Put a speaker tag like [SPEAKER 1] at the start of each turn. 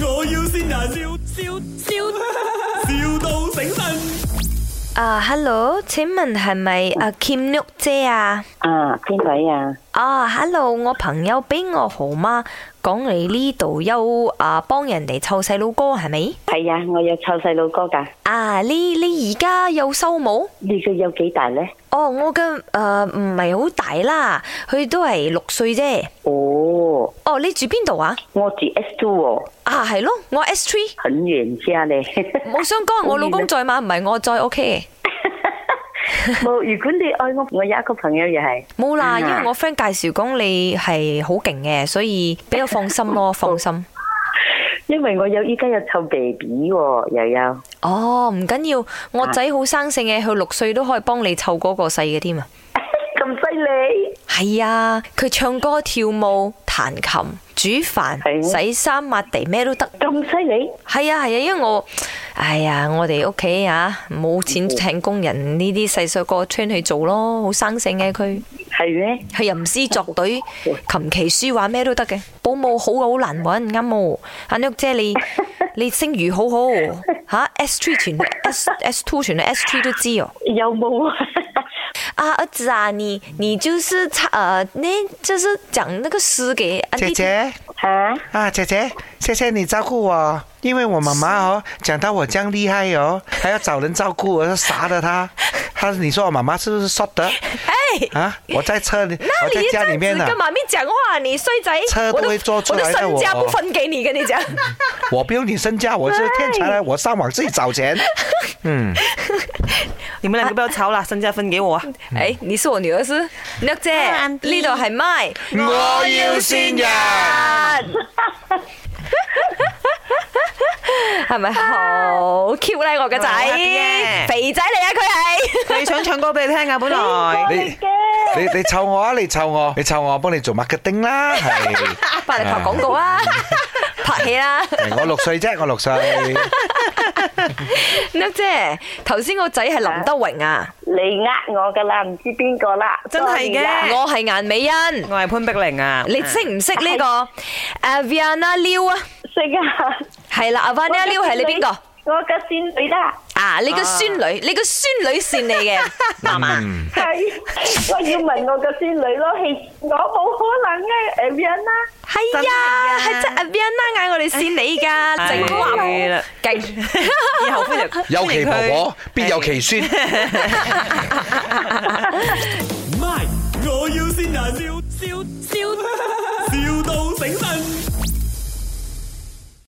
[SPEAKER 1] 要先人，笑笑笑，,笑到醒神。
[SPEAKER 2] 啊、h e l l o 請問係咪啊 Kim Nook 姐啊？
[SPEAKER 3] 啊，邊位啊？
[SPEAKER 2] 啊，Hello，我朋友俾我號碼，講你呢度有啊幫人哋湊細佬哥係咪？
[SPEAKER 3] 係啊，我有湊細佬哥㗎。
[SPEAKER 2] 啊，你你而家有收冇？
[SPEAKER 3] 你個有幾大咧？
[SPEAKER 2] 哦，我嘅诶唔係好大啦，佢都係六歲啫。
[SPEAKER 3] 哦，
[SPEAKER 2] 哦，你住邊度啊？
[SPEAKER 3] 我住 S two 喎，
[SPEAKER 2] 啊，係咯，我 S three，
[SPEAKER 3] 很遠家咧。
[SPEAKER 2] 我想講我老公在嘛，唔係我在，OK。
[SPEAKER 3] 冇，如果你愛我，我有一個朋友又係。
[SPEAKER 2] 冇啦，
[SPEAKER 3] 嗯
[SPEAKER 2] 因為我 friend 介紹講你係好勁嘅，所以比較放心咯，放心。
[SPEAKER 3] 因為我有依家有湊 baby 喎，又有。
[SPEAKER 2] 哦，唔緊要，我仔好生性嘅，佢六歲都可以幫你湊嗰個細嘅添啊。
[SPEAKER 3] 咁犀利？
[SPEAKER 2] 係啊，佢唱歌、跳舞、彈琴、煮飯、
[SPEAKER 3] 係
[SPEAKER 2] 洗衫、抹地，咩都得。
[SPEAKER 3] 咁犀利？
[SPEAKER 2] 係啊係啊，因為我，哎呀，我哋屋企啊冇錢請工人，呢啲細細個 train 去做咯，好生性嘅佢，
[SPEAKER 3] 係咩？
[SPEAKER 2] 佢吟詩作對、琴棋書畫咩都得嘅。保姆好啊好難揾，啱冇。阿 n 姐你你聲譽好好吓 s three 全 S S two 全 S three 都知哦。
[SPEAKER 3] 有冇啊？
[SPEAKER 2] 啊，儿子啊，你你就是唱呃，那就是讲那个诗给安
[SPEAKER 4] 姐
[SPEAKER 2] 弟听。
[SPEAKER 4] 姐
[SPEAKER 3] 嚇？
[SPEAKER 4] 啊，姐姐，谢谢你照顾我，因为我妈妈哦，讲到我这样厉害 哦，还要找人照顾，我说傻的她，她你说我妈妈是不是 short 的
[SPEAKER 2] 哎，
[SPEAKER 4] 啊？我在车 里，
[SPEAKER 2] 那
[SPEAKER 4] 我在
[SPEAKER 2] 你这
[SPEAKER 4] 家
[SPEAKER 2] 样
[SPEAKER 4] 里
[SPEAKER 2] 子
[SPEAKER 4] 面呢、
[SPEAKER 2] 跟妈咪讲话，你衰仔，
[SPEAKER 4] 车
[SPEAKER 2] 我
[SPEAKER 4] 都会做出来
[SPEAKER 2] 我
[SPEAKER 4] 的
[SPEAKER 2] 的身家
[SPEAKER 4] 我
[SPEAKER 2] 不分给你，跟你讲。
[SPEAKER 4] 我不用你身价，我是天才来，我上网自己找钱。嗯，
[SPEAKER 5] 你们两个不要吵啦，身家分给我啊！
[SPEAKER 4] 嗯
[SPEAKER 2] 哎，你是我女儿是？叻姐，
[SPEAKER 5] 啊
[SPEAKER 2] 呢度系麦， 啊
[SPEAKER 4] 我要先人
[SPEAKER 2] 系咪好 Q 咧？我嘅
[SPEAKER 5] 好
[SPEAKER 2] 仔
[SPEAKER 5] happy 耶，
[SPEAKER 2] 肥仔嚟啊！佢系。
[SPEAKER 5] 佢想唱歌俾你聽啊，本來
[SPEAKER 4] 哎你你你凑我啊，你凑我，你凑我，我帮你做 marketing 啦， 系。
[SPEAKER 2] 翻嚟拍廣告啊，
[SPEAKER 4] 嗯
[SPEAKER 2] 拍戲啦。
[SPEAKER 4] 我六岁啫，我六 岁。
[SPEAKER 2] 叻姐，頭先個仔係林德榮啊，
[SPEAKER 3] 你呃我㗎啦，唔知邊個啦。
[SPEAKER 5] 真係嘅
[SPEAKER 3] Sorry 啦
[SPEAKER 2] 我係顏美欣。
[SPEAKER 5] 我係潘碧玲啊，
[SPEAKER 2] 你識唔識呢個 Aviana Liu 啊？
[SPEAKER 3] 識啊。
[SPEAKER 2] 係啦，Aviana Liu 係你邊個？
[SPEAKER 3] 我嘅孫女啦，
[SPEAKER 2] 啊，你個孫女，你個孫女善你 嘅，媽媽。
[SPEAKER 4] 嗯，
[SPEAKER 3] 係我要問我嘅孫女咯，係我冇可能嘅 a n 啦。
[SPEAKER 2] 係啊，係真 Aviana 嗌我哋善你 㗎，整
[SPEAKER 5] 係
[SPEAKER 2] 話
[SPEAKER 5] 啦
[SPEAKER 2] 勁。
[SPEAKER 5] 以後歡迎
[SPEAKER 4] 有其婆
[SPEAKER 5] 歡迎佢
[SPEAKER 4] 婆，必有其孙。